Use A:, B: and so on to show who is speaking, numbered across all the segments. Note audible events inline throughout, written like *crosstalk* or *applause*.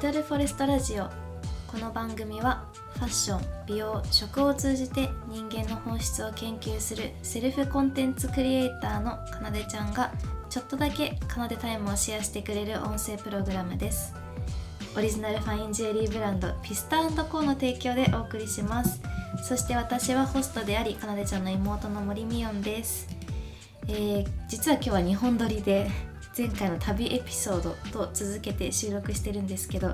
A: タルフォレストラジオこの番組はファッション美容食を通じて人間の本質を研究するセルフコンテンツクリエイターのかなでちゃんがちょっとだけかなでタイムをシェアしてくれる音声プログラムですオリジナルファインジュエリーブランドピスタコーの提供でお送りしますそして私はホストでありかなでちゃんの妹の森美音です、えー実は今日は2本撮りで前回の旅エピソードと続けて収録してるんですけど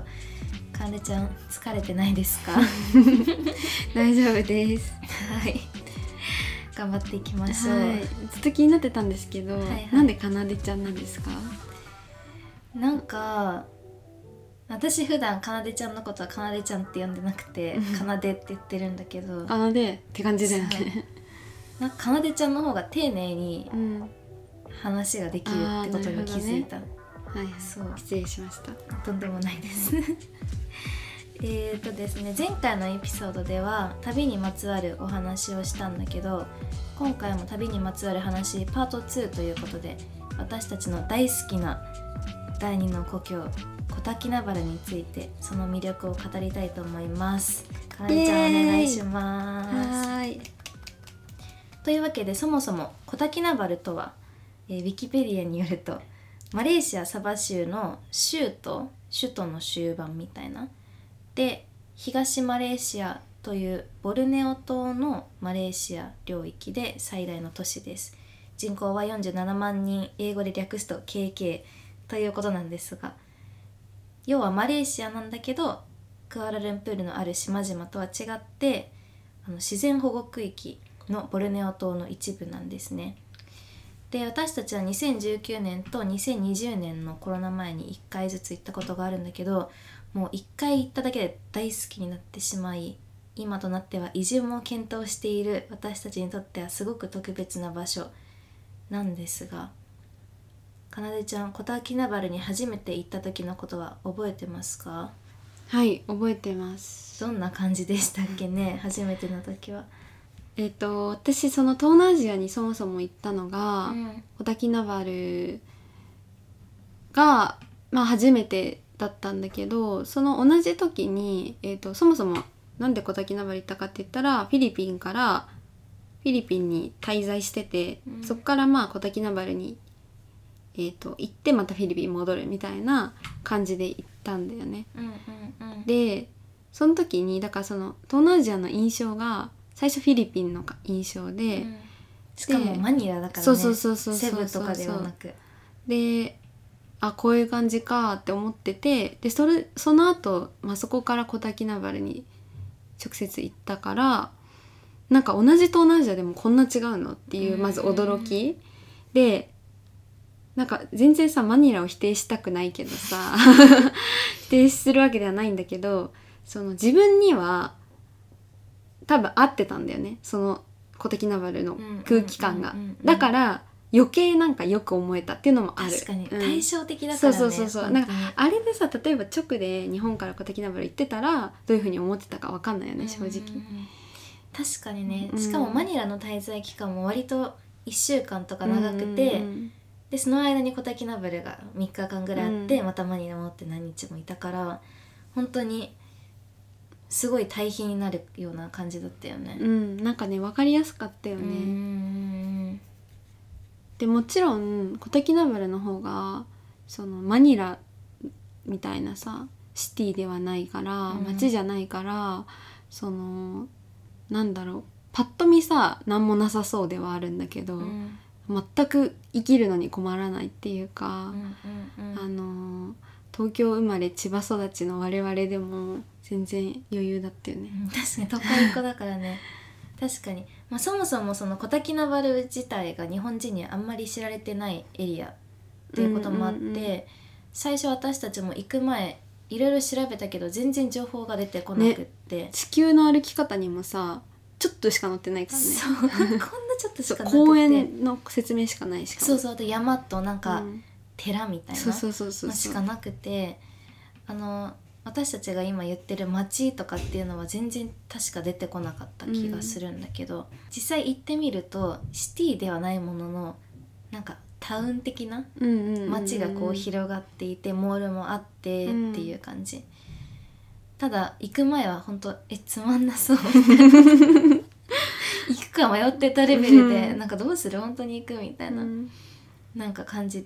A: かなでちゃん疲れてないです
B: *laughs*
A: かは
B: 大丈夫です。
A: い頑張っていきましょう、
B: はい。ずっと気になってたんですけど、
A: いはい
B: なんでかなでちゃんなんですか？
A: なんか私普段かなでちゃんのことはかなでちゃんって呼んでなくて
B: うん
A: かなでって言ってるんだけど
B: かなでって感じだよね。
A: なんかかなでちゃんの方が丁寧に
B: *laughs* うん。はい
A: 話ができるってことに気づいた、
B: はい。
A: そう
B: 失礼しました。
A: とんでもないです *laughs* えーとですね前回のエピソードでは旅にまつわるお話をしたんだけど今回も旅にまつわる話パート2ということで私たちの大好きな第二の故郷小滝名原についてその魅力を語りたいと思います。かなでちゃんお
B: イエーイ
A: 願いします。
B: い。
A: というわけでそもそもコタキナバルとは、えーウィキペディアによるとマレーシアサバ州の州都首都の終盤みたいなで東マレーシアというボルネオ島のマレーシア領域で最大の都市です人口は47万人英語で略すと KK ということなんですが要はマレーシアなんだけどクアラルンプールのある島々とは違ってあの自然保護区域のボルネオ島の一部なんですね。で私たちは2019年と2020年のコロナ前に1回ずつ行ったことがあるんだけどもう1回行っただけで大好きになってしまい今となっては移住も検討している私たちにとってはすごく特別な場所なんですがかなでちゃん小滝ナバルに初めて行った時のことは覚えてますか
B: はい、覚えてます。
A: どんな感じでしたっけね初めての時は。
B: えっ、と私その東南アジアにそもそも行ったのが、
A: うん
B: 小滝ナバルが、まあ、初めてだったんだけどその同じ時に、えー、とそもそもなんで小滝ナバル行ったかって言ったらフィリピンからフィリピンに滞在してて、
A: うん
B: そっからまあ小滝ナバルに、えー、と行ってまたフィリピン戻るみたいな感じで行ったんだよね。
A: うんうんうん
B: でその時にだからその東南アジアの印象が最初フィリピンの印象で、
A: うんしかも
B: で
A: マニラだからね
B: そうそうそうそうそう
A: セ
B: そう
A: ブとかではなく
B: であこういう感じかって思っててでそれその後、まあそこから小滝ナバルに直接行ったからなんか同じ東南アジアでもこんな違うのっていう
A: うん
B: まず驚きでなんか全然さマニラを否定したくないけどさ *laughs* 否定するわけではないんだけどその自分には多分合ってたんだよねその小滝ナバルの空気感
A: う
B: が
A: んうんうんうんうん。
B: だから余計なんかよく思えたっていうのもある
A: 確かに
B: うん
A: 対照的だからね、
B: そうそうそうそう
A: 本当に
B: あれでさ例えば直で日本から小滝ナバル行ってたらどういうふうに思ってたかわかんないよね正
A: うんう
B: 直、
A: んうん確かにね
B: うん
A: しかもマニラの滞在期間も割と1週間とか
B: うん
A: 長くて、
B: うん
A: でその間に小滝ナブルが3日間ぐらいあって、
B: うん
A: またマニラ戻って何日もいたから本当にすごい対比になるような感じだったよね。
B: うんなんかねわかりやすかったよね、
A: うんうん
B: でもちろん小滝ナバルの方がそのマニラみたいなさシティではないから
A: うん
B: 街じゃないから、そのなんだろうパッと見さ何もなさそうではあるんだけど、
A: うんうん
B: 全く生きるのに困らないっていうか、
A: うんうんうん
B: あのー東京生まれ千葉育ちの我々でも全然余裕だったよね。
A: うん確かに都会っ子だからね確かに、まあ、そもそもその小滝ナバル自体が日本人にはあんまり知られてないエリアっていうこともあって、
B: うんうんうん
A: 最初私たちも行く前いろいろ調べたけど全然情報が出てこなくって、
B: 地球の歩き方にもさちょっとしか載ってないからね。
A: そう *laughs* こんなちょっとし
B: そう
A: かなくて
B: 公園の説明しかないしか
A: そう
B: も
A: そうあと山となんか
B: うん
A: 寺みたいな、
B: そうそうそうそう
A: まあしかなくてあの私たちが今言ってる街とかっていうのは全然確か出てこなかった気がするんだけど、実際行ってみるとシティではないもののなんかタウン的な
B: うんうんうんうん
A: 街がこう広がっていてモールもあってっていう感じ、ただ行く前は本当えつまんな
B: *laughs*
A: そう行くか迷ってたレベルで、
B: うん
A: なんかどうする本当に行くみたいな、
B: うん
A: なんか感じ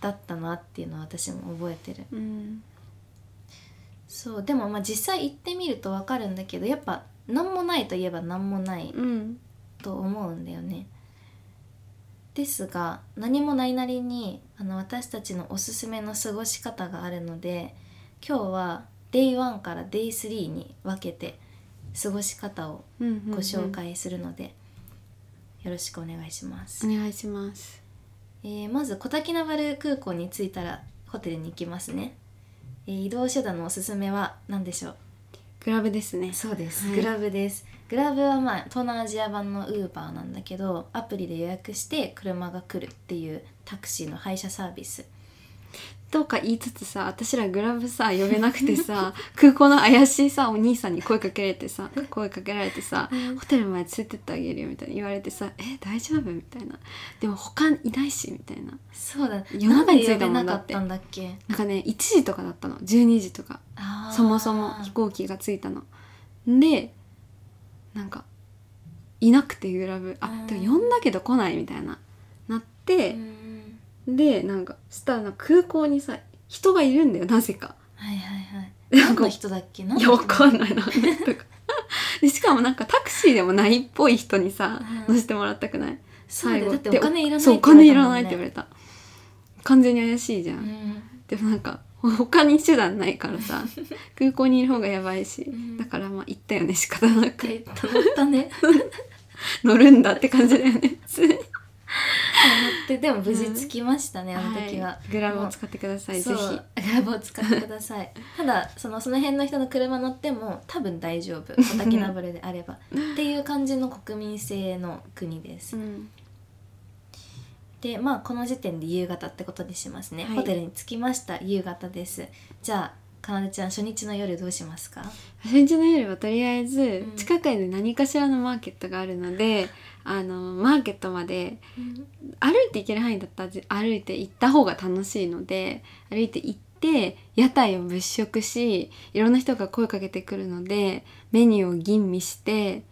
A: だったなっていうのは私も覚えてる
B: うん
A: そうでもまあ実際行ってみると分かるんだけどやっぱ何もないといえば何もない
B: うん
A: と思うんだよね。ですが何もないなりにあの私たちのおすすめの過ごし方があるので今日は Day1 から Day3 に分けて過ごし方を
B: うん
A: ご紹介するので、よろしくお願いします。
B: お願いします
A: えーまず小滝名原空港に着いたらホテルに行きますね。えー移動手段のおすすめは何でしょう
B: グラブですね
A: そうです、
B: はい
A: グラブですグラブはまあ東南アジア版のウーバーなんだけどアプリで予約して車が来るっていうタクシーの配車サービス
B: とか言いつつさ私らグラブさ呼べなく
A: *laughs*
B: てさ空港の怪しいさお兄さんに声かけられてさ声かけられてさホテルまで連れてってあげるよみたいな言われてさ「え大丈夫?」みたいなでも他いないしみたいな
A: そうだ
B: 夜中に着いたも
A: なんんで呼べな
B: だ
A: か
B: っ
A: ってたんだっけ
B: なんかね1時とかだったの12時とか
A: あー
B: そもそも飛行機が着いたのでなんかいなくてグラブあ
A: うん
B: でも呼んだけど来ないみたいななっ
A: う
B: て、
A: ん
B: でなんかそしたらなんか空港にさ人がいるんだよなぜか
A: はいはい *laughs* はい
B: なん
A: 何
B: か
A: の人だっ
B: *laughs*
A: け何
B: いや、
A: の
B: わ
A: 人
B: かんな
A: *laughs*
B: いな。とか。で、しかもなんかタクシーでもないっぽい人にさ、
A: うん
B: 乗せてもらったくない
A: そうだよだって
B: で
A: お金いらない
B: そう、お
A: って言わ
B: 金
A: れ
B: い
A: た
B: ら
A: もん
B: ない
A: ね
B: って言われた。完全に怪しいじゃん。
A: うん
B: でもなんか、ほ他に手段ないか
A: *laughs*
B: らさ、空港にいる方がやばいし、
A: ん
B: だからまあ行ったよね、仕方なく。
A: で乗ったね乗っ
B: 乗るんだって感じだよね。
A: *laughs*
B: 普通に
A: てでも無事着きましたね、あの時は、
B: いグラブを使ってください、
A: そ
B: ぜ
A: う
B: ひ。
A: グラブを使ってくださ
B: *laughs*
A: いただそのその辺の人の車乗っても多分大丈
B: *laughs*
A: 夫おたけなぶれであればっていう感じの国民性の国です、
B: うん
A: でまあこの時点で夕方ってことにしますね、
B: はい
A: ホテルに着きました夕方ですじゃあかなでちゃん初日の夜どうしますか
B: 先日の夜はとりあえず
A: うん
B: 近くに何かしらのマーケットがあるので、あのマーケットまで歩いて行ける範囲だったらぜ歩いて行った方が楽しいので歩いて行って屋台を物色しいろんな人が声かけてくるのでメニューを吟味して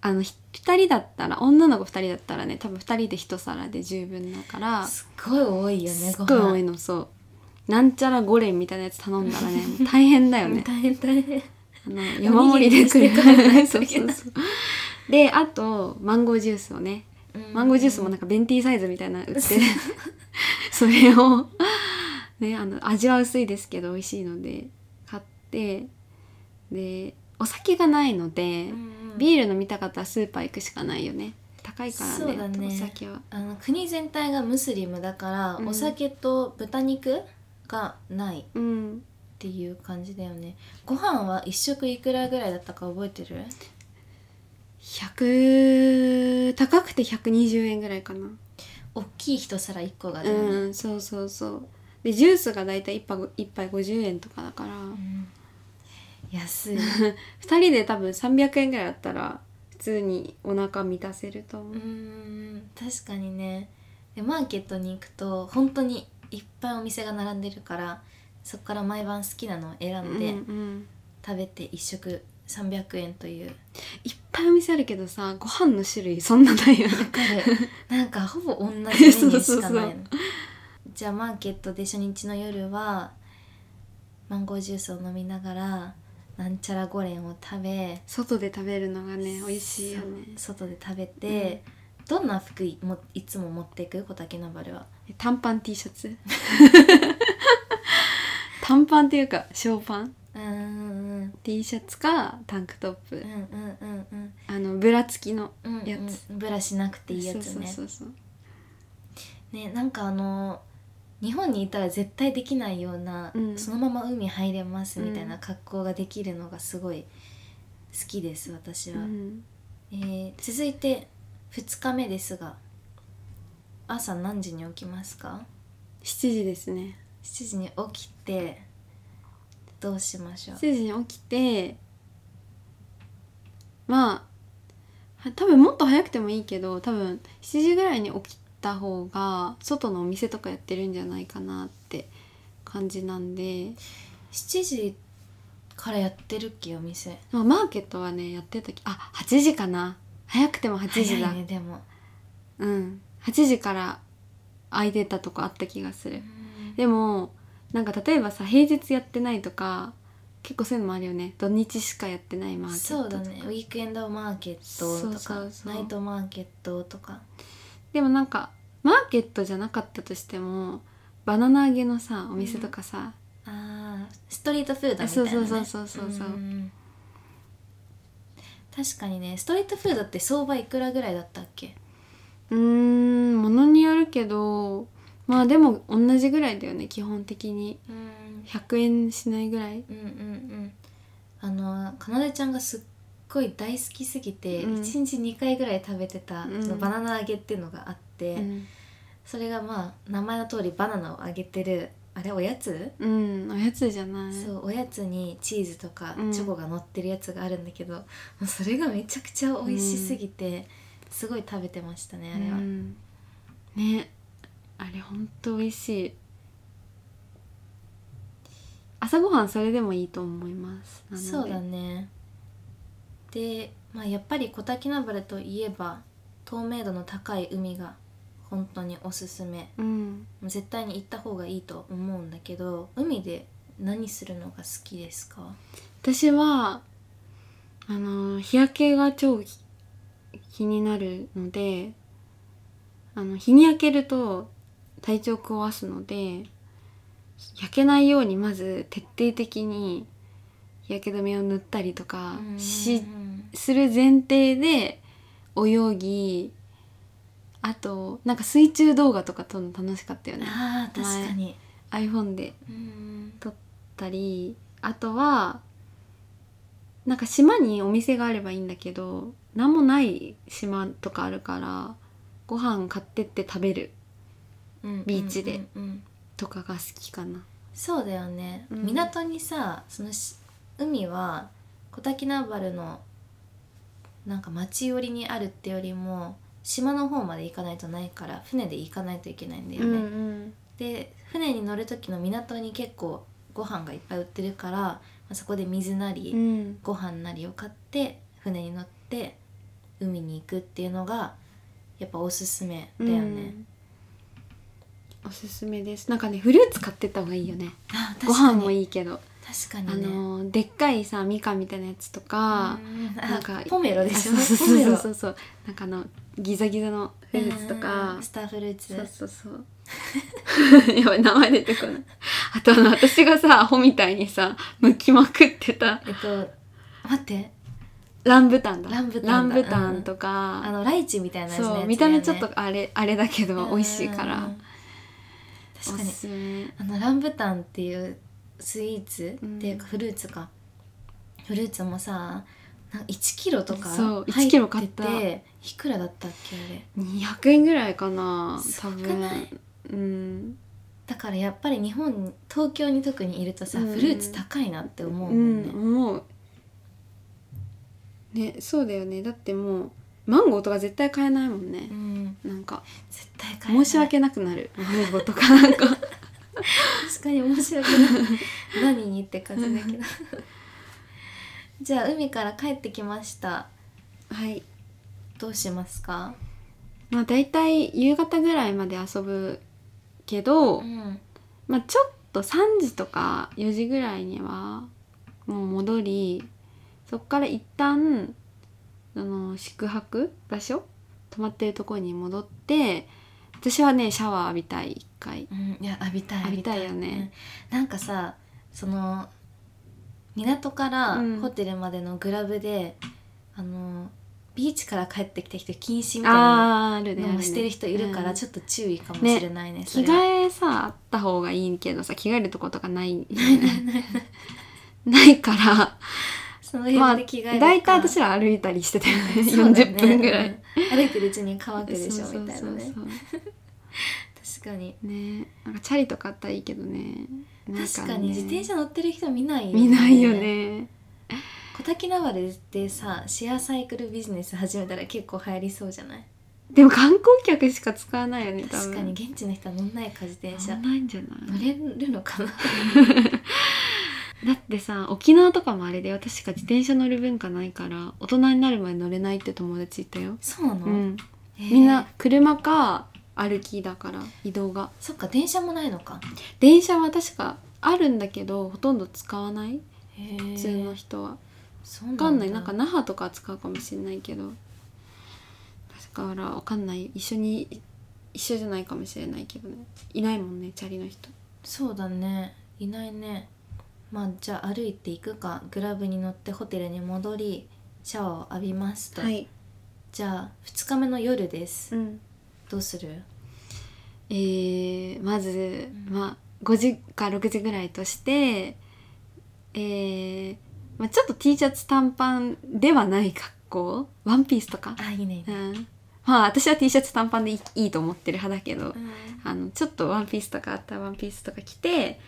B: あのひ2人だったら女の子2人だったらね多分2人で1皿で十分だからす
A: すっごい多いよね
B: っごい多い
A: い
B: のそうなんちゃらゴレンみたいなやつ頼んだら
A: *laughs*
B: ねもう大変だよね
A: 大変大変
B: あの山盛りで来
A: おにぎりにして帰らな
B: る
A: い
B: *laughs* そ
A: と
B: う
A: いけ
B: そう
A: ない
B: そうであとマンゴージュースをねマンゴージュースもなんかベンティーサイズみたいなの売って *laughs* それをねあの味は薄いですけど美味しいので買ってでお酒がないので、
A: ール
B: ビール飲みたかったらスーパー行くしかないよね高いから
A: そ
B: ね
A: うだね
B: お酒は
A: あの国全体がムスリムだから、
B: うん
A: お酒と豚肉がない
B: うん
A: っていう感じだよねご飯は一食いくらぐらいだったか覚えてる
B: 100高くて120円ぐらいかな
A: 大きい一皿1個がだよね、
B: うんそうそうそうでジュースがだいたい一杯ご一杯50円とかだから、
A: うん安い
B: 2人で多分300円ぐらいあったら普通にお腹満たせると思
A: う
B: う、
A: ん確かにねでマーケットに行くと本当にいっぱいお店が並んでるからそこから毎晩好きなのを選んで、
B: うんうん
A: 食べて一食300円という
B: いっぱいお店あるけどさご飯の種類そんなな
A: *laughs*
B: いよね
A: わか
B: *laughs*
A: るなんかほぼ同じメニューしかないの
B: そうそうそう
A: じゃあマーケットで初日の夜はマンゴージュースを飲みながらなんちゃらゴレンを食べ
B: 外で食べるのがね美味しいよね
A: そう外で食べて、どんな服いもいつも持っていく小竹のバルは
B: 短パン T シ
A: *laughs*
B: ャツ短パンっていうかショーパン
A: うんうん
B: T シャツかタンクトッ
A: う
B: プ
A: んうんうんうん
B: あのブラ付きの
A: うんうん
B: や
A: うんブラしなくていいやつね
B: そうそうそうそう
A: ねなんかあの日本にいたら絶対できないような、
B: うん
A: そのまま海入れますみたいうなん格好ができるのがすごい好きです私
B: う
A: は、
B: ん
A: えー続いて2日目ですが朝何時に起きますか
B: 7時ですね
A: ?7 時に起きてどうしましょう
B: 7時に起きてまあは多分もっと早くてもいいけど多分7時ぐらいに起きった方が外のお店とかやってるんじゃないかなって感じなんで、
A: 7時からやってるっけお店
B: まあ、マーケットはねやってたきあ8時かな早くても8時だ、
A: 早いねでも
B: うん8時から空いてたとこあった気がする
A: で
B: でもなんか例えばさ平日やってないとか結構そういうのもあるよね土日しかやってないマーケ
A: そ
B: ットと
A: う
B: か
A: だねウィークエンドマーケットとか
B: そうそうそう
A: ナイトマーケットとか
B: でもなんかマーケットじゃなかったとしてもバナナ揚げのさお店とかさ、
A: あーストリートフードみたいな、ね、
B: そうそうそうそうそうそうん
A: 確かにねストリートフードって相場いくらぐらいだったっけ
B: うーんものによるけどまあでも同じぐらいだよね基本的に
A: うん
B: 100円しないぐらい
A: うんうんうんあのかなでちゃんがすっごい大好きすぎて、
B: うん
A: 一1日2回ぐらい食べてた、
B: うん
A: そのバナナ揚げっていうのがあって、
B: うん、
A: それがまあ名前の通りバナナを揚げてるあれおやつ、
B: うん、おやつじゃない
A: そうおやつにチーズとか
B: うん
A: チョコが乗ってるやつがあるんだけど、も *laughs* うそれがめちゃくちゃ美味しすぎて、すごい食べてましたねあれは。
B: うんねあれほんと美味しい朝ごはんそれでもいいと思いますなので
A: そうだねで、まあ、やっぱり小滝名原といえば透明度の高い海が本当におすすめ
B: うん
A: 絶対に行った方がいいと思うんだけど海で何するのが好きですか
B: 私はあの日焼けが超き気になるのであの日に焼けると体調を壊すので焼けないようにまず徹底的に日焼け止めを塗ったりとかし
A: うん
B: する前提で泳ぎあとなんか水中動画とか撮るの楽しかったよね
A: あー確かに、
B: iPhone で
A: うん
B: ったりあとはなんか島にお店があればいいんだけど何もない島とかあるからご飯買ってって食べる
A: うん
B: ビーチ
A: うん
B: で
A: うんうん
B: とかが好きかな。
A: そうだよね、
B: うん
A: 港にさそのし海は小滝名原のなんか町寄りにあるってよりも島の方まで行かないとないから船で行かないといけないんだよね、で船に乗る時の港に結構ご飯がいっぱい売ってるから、まあ、そこで水なり、
B: うん
A: ご飯なりを買って船に乗って海に行くっていうのがやっぱおすすめだよね、
B: うんおすすめですなんかねフルーツ買ってった方がいいよね
A: あ
B: ご飯も
A: い
B: いいけど、
A: 確か
B: あ
A: にね
B: のでっかいさみかんみたいなやつとか、
A: うん
B: なんか
A: あポメロで
B: あ
A: し
B: そ
A: ょ
B: うそう
A: ポメ
B: そう
A: ロ
B: そうそうなんかあのギザギザのフルーツとか、
A: うんスターフルーツ
B: そうそうそう *laughs* やばい名前出てこないあとあの私がさアホみたいにさ剥きまくってた
A: えっと待って
B: ランブタンだ
A: ランブタンだ
B: ラブタンとか、
A: あのライチみたいなやつのやつだ
B: そ
A: よ
B: う
A: ね
B: 見た目ちょっとあれあれだけど美味しいか
A: うんう
B: ら
A: んうん確か
B: お
A: に
B: すすめ
A: あのランブタンっていうスイーツ、
B: うん
A: っていうかフルーツかフルーツもさなんか1キロとか
B: そう
A: 入
B: 1キロ買った
A: ていくらだったっけあれ
B: 200円ぐらいかな
A: す
B: 多
A: ごく
B: 分
A: ない
B: うん
A: だからやっぱり日本東京に特にいるとさ、
B: うん
A: フルーツ高いなって思うも
B: うん
A: ね、
B: ん思うねそうだよねだってもうマンゴーとか絶対買えないもんね
A: う、ん
B: なんか
A: 絶対買えない
B: 申し訳なくなるマンゴーとかな
A: *laughs*
B: んか
A: 確かに申し訳ない何にって感じだけど *laughs* じゃあ海から帰ってきました
B: はい
A: どうしますか、
B: まあ大体夕方ぐらいまで遊ぶけど、
A: ん、
B: まあちょっと3時とか4時ぐらいにはもう戻りそこから一旦あの宿泊場所泊まってるところに戻って私はねシャワー浴びたい一回
A: うん、いや浴びたい
B: 浴びたいよね、
A: うんなんかさその港から
B: うん
A: ホテルまでのグラブで、あのビーチから帰ってきた人禁止みたいな
B: あーあるね
A: の
B: あ
A: もしてる人いるからち
B: ょっ
A: ょっと注意かもしれないね
B: 着
A: それは
B: 替えさあった方がいいけどさ着替えるとことかない、 *laughs* ないから
A: その辺で着替えるか、
B: 大体私ら歩いたりしてたよね
A: そうだね
B: 40分ぐらい
A: うん歩いてるうちに乾くでしょ
B: そうそうそうそう
A: みたいなね確かに
B: ねなんかチャリとかあったらいいけどねなん
A: 確かに自転車乗ってる人見ない
B: 見ないよね
A: 小滝なわれでさシェアサイクルビジネス始めたら結構流行りそうじゃない
B: でも観光客しか使わないよね多分
A: 確かに現地の人は乗んないか自転
B: 乗
A: 車
B: らないんじゃない
A: 乗れるのかな *laughs*
B: だってさ沖縄とかもあれで私が自転車乗る文化ないから大人になるまで乗れないって友達いたよ、
A: そうなの、
B: うん、
A: へー
B: みんな車か歩きだから移動が
A: そっか電車もないのか
B: 電車は確かあるんだけどほとんど使わない
A: 普
B: 普通の人は
A: そう
B: わ
A: んだ
B: かんないなんか那覇とかは使うかもしれないけどだからわかんない一緒に一緒じゃないかもしれないけどねいないもんねチャリの人
A: そうだねいないねまあじゃあ歩いていくかグラブに乗ってホテルに戻りシャワーを浴びますと、
B: い、
A: じゃあ2日目の夜です、
B: うん、
A: どうする
B: えー、まず、
A: うん
B: まあ、5時か6時ぐらいとして、えーまあ、ちょっと T シャツ短パンではない格好ワンピースとか、
A: あいいねいいね
B: うん、まあ私は T シャツ短パンでいいいいと思ってる派だけど、
A: うん
B: あのちょっとワンピースとかあったらワンピースとか着て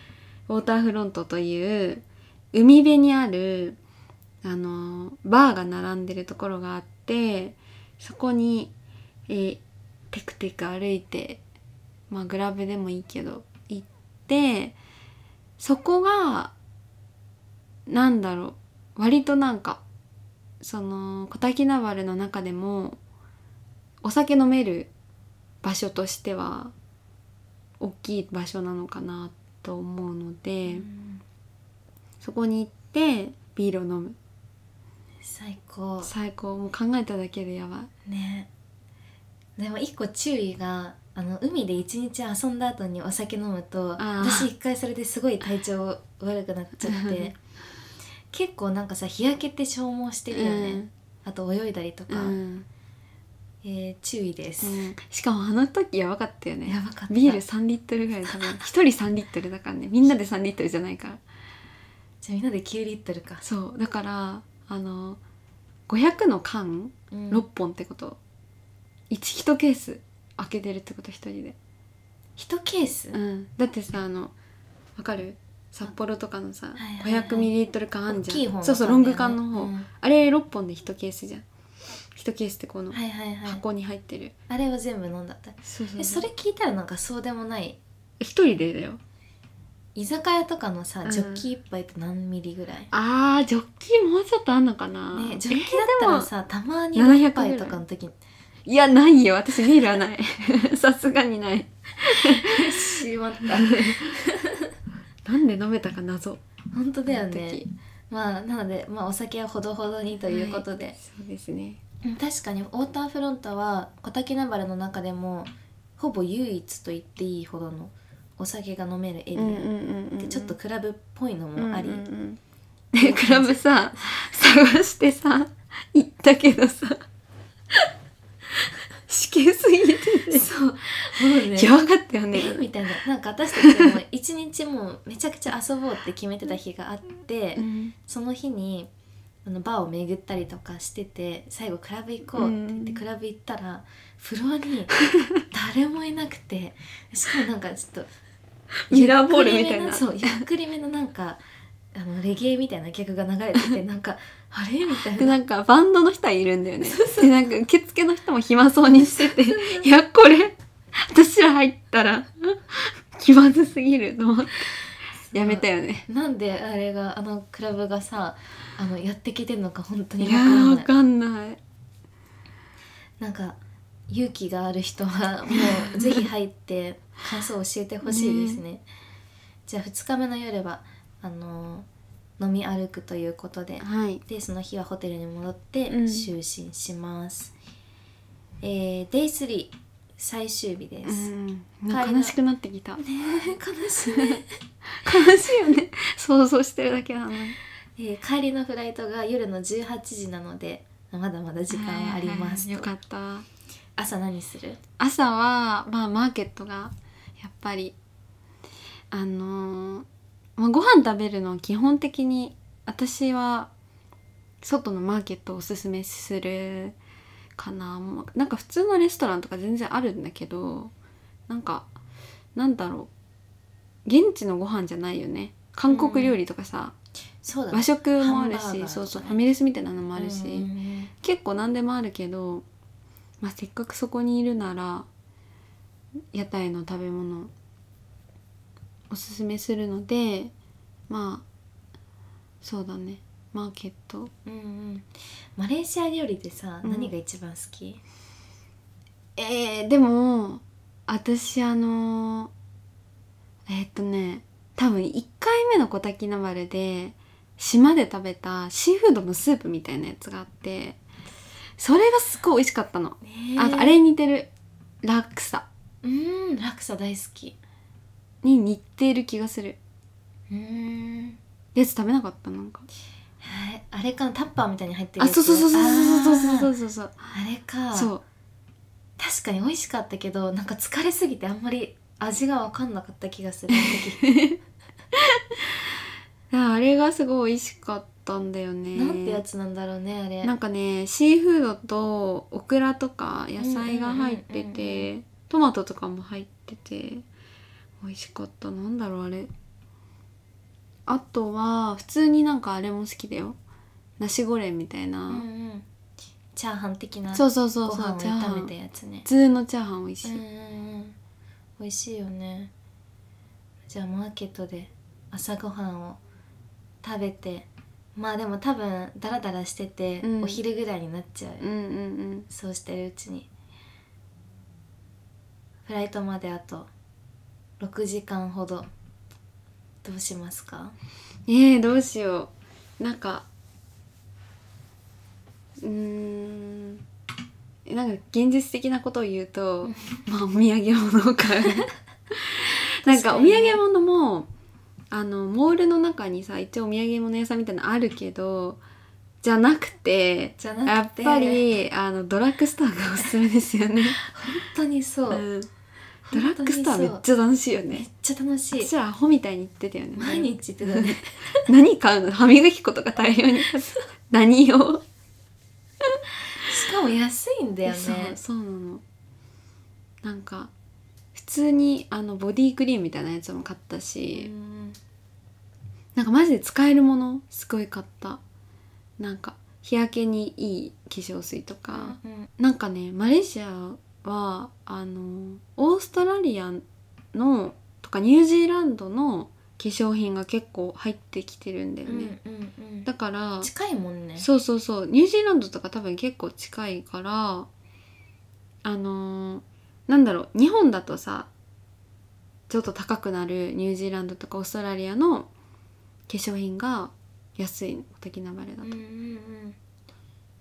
B: ウォーターフロントという海辺にあるあのバーが並んでるところがあってそこに、えーテクテク歩いてまあグラブでもいいけど行ってそこがなんだろう割となんかその小滝ナバルの中でもお酒飲める場所としては大きい場所なのかなと思うので、
A: うん
B: そこに行ってビールを飲む
A: 最高
B: 最高もう考えただけでやばい
A: ねでも一個注意があの海で一日遊んだ後にお酒飲むと
B: あー
A: 私一回それですごい体調 *laughs* 悪くなっちゃって結構なんかさ日焼けって消耗してるよね、あと泳いだりと
B: うん
A: か、
B: うん
A: えー注意です、
B: うんしかもあの時やばかったよね
A: やばかった
B: ビール3リットルぐらい
A: *laughs*
B: 多分一人3リットルだからねみんなで3リットルじゃないから
A: じゃあみんなで9リットルか、
B: そうだからあの500の缶
A: うん
B: 6本ってこと、1, 1ケース開けてるってこと1人で
A: 一ケース、
B: うん、だってさあのわかる札幌とかのさ、
A: はいはいはい
B: 500ミリリットル缶あんじゃん
A: 大きい方の缶だよね
B: そうそうロング缶の方、
A: うん
B: あれ6本で1ケースじゃん1ケースってこの
A: はいはいはい
B: 箱に入ってる、
A: あれを全部飲んだった
B: そうそう
A: えそれ聞いたらなんかそうでもない
B: 一人でだよ
A: 居酒屋とかのさ、
B: うん
A: ジョッキ一杯って何ミリぐらい
B: あージョッキーもうちょっとあんのかな、
A: ねジョッキだったらさ、たまに1
B: 700
A: 杯とかの時に
B: いやないよ私ビールはない *laughs* さすがにない
A: 「しまった
B: なんで飲めたか謎」
A: *laughs* 本当だよ
B: あの
A: ね
B: 時
A: まあなので、まあ、お酒はほどほどにということで、
B: はそうですね
A: うん確かにウォーターフロントは小滝なばらの中でもほぼ唯一と言っていいほどのお酒が飲めるエリア、
B: んう
A: でちょっとクラブっぽいのもあり、
B: うんうんうんでクラブさ探してさ行ったけどさ *laughs* 死刑すぎてね
A: そうもうね
B: やばかったよ
A: *laughs*
B: ね
A: えみたいななんか私たちも一日もうめちゃくちゃ遊ぼうって決めてた日があって、
B: うん
A: その日にあのバーを巡ったりとかしてて最後クラブ行こうって言って
B: うん
A: クラブ行ったらフロア
B: *laughs*
A: に誰もいなくてしかもなんかちょっと
B: ミラーボールみたいな
A: そうゆっくりめのなんかあのレゲエみたいな曲が流れて
B: *laughs*
A: てなんかあれみたい
B: で
A: な
B: なんかバンドの人はいるんだよねでなんか受付の人も暇そうにしてていやこれ私ら入ったら気まずすぎると思ってやめたよね
A: なんであれがあのクラブがさあのやってきてんのか本当に
B: い
A: わか
B: やー
A: ら
B: わ
A: ない
B: かんない
A: なんか勇気がある人はもうぜひ入って感想を教えてほしいですねじゃあ2日目の夜はあのー飲み歩くということで
B: はい
A: でその日はホテルに戻って
B: うん
A: 就寝します、えー、デイ3最終日で
B: う
A: す、
B: んもう悲しくなってき
A: *laughs*
B: た
A: 悲
B: *laughs*
A: しいね、
B: 悲しいよね想像してるだけなのに
A: えー帰りのフライトが夜の18時なのでまだまだ時間はあります
B: はい
A: と
B: よかった
A: 朝何する
B: 朝はまあマーケットがやっぱりあのーまあ、ご飯食べるの基本的に私は外のマーケットをおすすめするかなもうなんか普通のレストランとか全然あるんだけどなんかなんだろう現地のご飯じゃないよね韓国料理とかさ、
A: そうだね
B: 和食もあ
A: ハンバー
B: る
A: ガーとか
B: し
A: ね
B: そうそうファミレスみたいなのもあるし、
A: うん
B: 結構何でもあるけどまあ、せっかくそこにいるなら屋台の食べ物おすすめするのでまあそうだねマーケット
A: うんうんマレーシア料理でさ、
B: うん
A: 何が一番好き
B: えー、でも私あのーえーっとね多分1回目の小滝ナバルで島で食べたシーフードのスープみたいなやつがあってそれがすっごい美味しかったの、
A: ね
B: ああれに似てるラクサ
A: うん落差大好き
B: に似てる気がする
A: うん
B: やつ食べなかったなんか
A: はいあれかなタッパーみたいに入ってる
B: あ
A: やつ
B: そうそうそうそうそう
A: あー
B: そうそうそうそう
A: あれか
B: そう
A: 確かに美味しかったけどなんか疲れすぎてあんまり味が分かんなかった気がするあの時
B: ああれがすごい美味しかったんだよね
A: なんてやつなんだろうねあれ
B: なんかねシーフードとオクラとか野菜が入って
A: うん
B: てトマトとかも入ってて美味しかったなんだろうあれあとは普通になんかあれも好きだよナシゴレンみたいな、
A: うんうんチャーハン的な
B: そうそうそう
A: ご
B: そう
A: 飯を
B: チャーハ
A: 炒め
B: ン
A: た
B: 普
A: やつね
B: 通のチャーハン美味し
A: うん
B: い、
A: うんうん美味しいよねじゃあマーケットで朝ごはんを食べてまあでも多分ダラダラしてて、
B: うん
A: お昼ぐらいになっちゃう、
B: うん、うんうん
A: そうしてるうちにフライトまであと6時間ほどどうしますか
B: えー、どうしようなんかうーんなんか現実的なことを言うとまあお土産物を買
A: *laughs*
B: うなんかお
A: 確かに
B: 土
A: ね
B: 産物もあのモールの中にさ一応お土産物屋さんみたいなのあるけどじゃなくて
A: じゃ
B: や
A: な
B: っ
A: くて
B: ぱりあのドラッグストアがおすすめですよね、
A: 本当にそうう、
B: ん、ドラッグストアめっ
A: 本当に
B: ちゃ楽しいよ
A: そうめ
B: ね
A: っちゃ楽しい
B: 私らアホみたいに言ってたよね
A: 毎日言ってたね
B: *laughs* 何買うの歯磨き粉とか大量
A: *laughs*
B: に買って何を
A: しかも安いんだよね
B: そうそうなのなんか普通にあのボディクリームみたいなやつも買ったし、
A: うん
B: なんかマジで使えるものすごい買ったなんか日焼けにいい化粧水とか、
A: うん
B: なんかねマレーシアはあのオーストラリアのとかニュージーランドの化粧品が結構入ってきてるんだよ
A: うん
B: ね、
A: うんうん
B: だから
A: 近いもんね
B: そうそうそうニュージーランドとか多分結構近いからあのーなんだろう日本だとさちょっと高くなるニュージーランドとかオーストラリアの化粧品が安いの的なバレだ
A: う
B: と、
A: んうんうん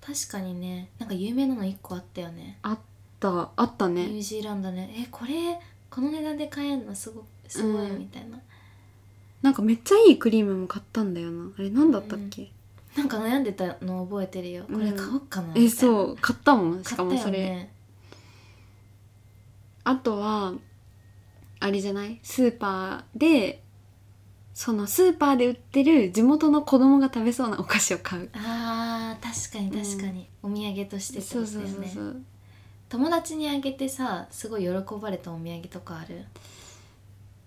A: 確かにねなんか有名なの1個あったよね
B: あったあった
A: ニュ
B: ね
A: ージーランドねえこれこの値段で買えるのすごすごい
B: うん
A: みたいな、
B: なんかめっちゃいいクリームも買ったんだよなあれなんだったっけ、
A: なんか悩んでたの覚えてるよこれ買おうかなみたいな、
B: えそう買ったもんし
A: 買
B: か
A: ったよね
B: もそれ、あとはあれじゃないスーパーでそのスーパーで売ってる地元の子供が食べそうなお菓子を買う、
A: あー確かに確かに、お土産としてって
B: そ
A: こ
B: う
A: と
B: そ
A: だ
B: う
A: よ
B: そう
A: ね
B: そう
A: 友達にあげてさすごい喜ばれたお土産とかある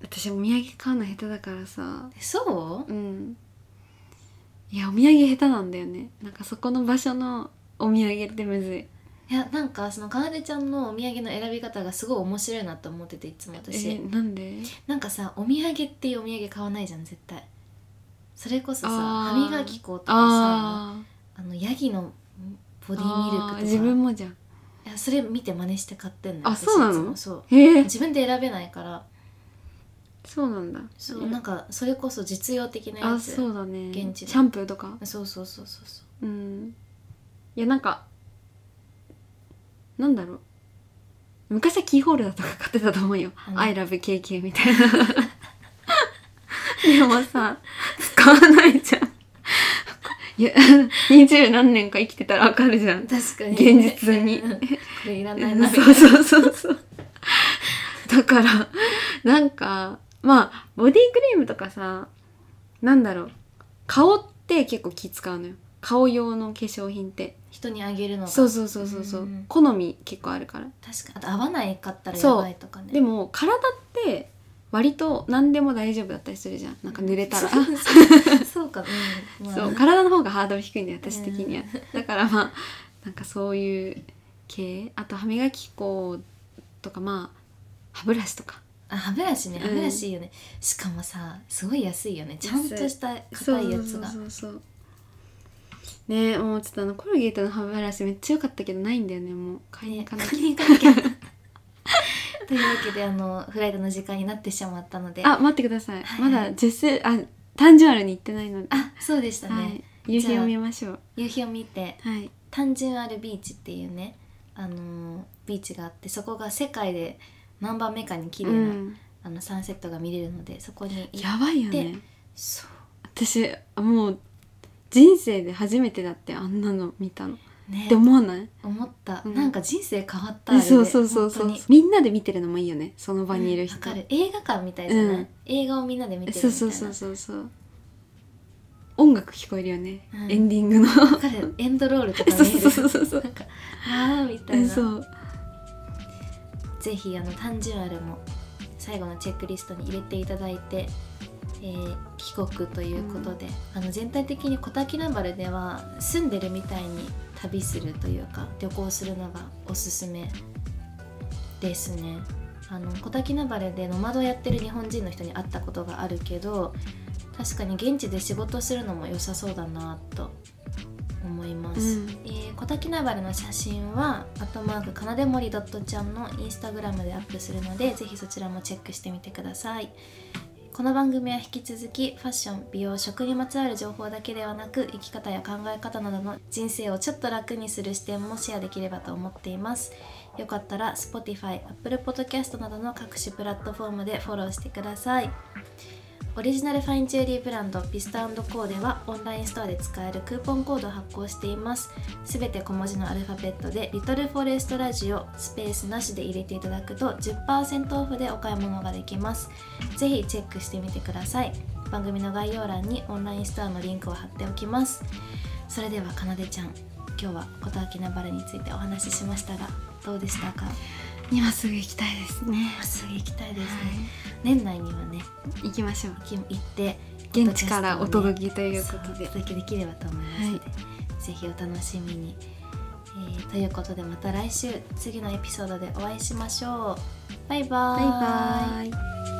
B: 私お土産買うの下手だからさ
A: えそう
B: うんいやお土産下手なんだよねなんかそこの場所のお土産ってむずい
A: いやなんかそのかなでちゃんのお土産の選び方がすごい面白いなと思ってていつも私、
B: えなんで
A: なんかさお土産っていうお土産買わないじゃん絶対それこそさ
B: あ
A: 歯
B: ー
A: 磨き粉とかさあ
B: あ
A: のヤギのボ
B: ー
A: ディミルクと
B: あ
A: か
B: ー自分もじゃん
A: いやそれ見て真似して買ってんの
B: あ
A: 私
B: そうなの
A: いつもそう
B: えー、
A: 自分で選べないから
B: そうなんだ
A: そうなんかそれこそ実用的なや
B: あ
A: つ
B: そうだね
A: 現地で
B: シャンプーとか
A: そうそうそうそうそう
B: うんいやなんかなんだろう昔はキーホルダーとか買ってたと思うよ「
A: うん
B: ILOVEKK」みたいな *laughs* でもさ使わないじゃんいや二十何年か生きてたらわかるじゃん
A: 確かに
B: 現実に
A: うん *laughs* これいらないなみたい
B: *laughs* そうそうそうそうだからなんかまあボディクリームとかさなんだろう顔って結構気使うのよ顔用の化粧品って
A: 人にあげるのが
B: そうそうそうそうそううん好み結構あるから
A: 確かにあと合わないかったらや
B: そう
A: ばいとかね
B: でも体って割と何でも大丈夫だったりするじゃんなんか濡れたら
A: そうそうそうか
B: *laughs*
A: うんまあ
B: そう体の方がハードル低いんだよ私的にはだからまあなんかそういう化系あと歯磨き粉とかまあ歯ブラシとか
A: あ歯ブラシね
B: うん
A: 歯ブラシいいよね、しかもさすごい安いよねちゃんとした硬いやつが
B: そうそうそうそうねえもうちょっとあのコルゲートの歯ブラシめっちゃ良かったけどないんだよねもう買いに行かなき
A: 買いに行かなきゃ *laughs* というわけであのフライドの時間になってしまったので
B: ゃあ待ってくださ
A: は
B: い、
A: いはい
B: まだジェスあ誕生日に行ってないので、
A: あそうでしたね、
B: はい、夕日を見ましょう
A: 夕日を見て
B: はい
A: 単純あるビーチっていうねあのービーチがあってそこが世界で何番目かに綺麗な、
B: うん、
A: あのサンセットが見れるのでそこに行っ
B: やばいよね
A: でそう
B: 私もう人生で初めてだってあんなの見たの、
A: ね
B: って思わない
A: 思った、
B: うん
A: なんか人生変わったあれで
B: そうそうそうそ
A: 本当
B: う
A: に
B: みんなで見てるのもいいよねその場にいる人、
A: うんわかる映画館みたいじゃない、
B: うん
A: 映画をみんなで見てるみた
B: そ
A: いうな
B: そうそうそうそう音楽聞こえるよね、
A: うん
B: エンディン
A: *laughs*
B: グの
A: わかるエンドロールとか
B: そう
A: 見え
B: そう
A: る
B: そうそうそう
A: なんかあーみた
B: う
A: い
B: ん
A: な
B: そう
A: ぜひあの単純あるも最後のチェックリストに入れていただいて、えー帰国ということで、あの全体的に小滝南原では住んでるみたいに旅するというか旅行するのがおすすめですね。あの小滝南原でノマドをやってる日本人の人に会ったことがあるけど確かに現地で仕事するのも良さそうだなと思います。
B: うん
A: えー、小滝なばるの写真は「アットマークかなでもりドットちゃん」のインスタグラムでアップするのでぜひそちらもチェックしてみてくださいこの番組は引き続きファッション美容食にまつわる情報だけではなく生き方や考え方などの人生をちょっと楽にする視点もシェアできればと思っていますよかったら Spotify、Apple Podcast などの各種プラットフォームでフォローしてくださいオリジナルファインジュエリーブランドピスタコーデはオンラインストアで使えるクーポンコードを発行していますすべて小文字のアルファベットで「リトルフォレストラジオ」スペースなしで入れていただくと10%オフでお買い物ができますぜひチェックしてみてください番組の概要欄にオンラインストアのリンクを貼っておきますそれではかなでちゃん今日は琴秋なばるについてお話ししましたがどうでしたか
B: 今すぐ行きたいですね
A: まっすぐ行きたいですね、年内にはね
B: 行きましょう
A: き行って
B: 現地からお
A: き
B: 届けと
A: と
B: い
A: いうう
B: こ
A: こと
B: と
A: で
B: で
A: お届けできればと思いますので、ぜひお楽しみに、えーということでまた来週次のエピソードでお会いしましょうバイバ
B: バ
A: ー
B: イバーイ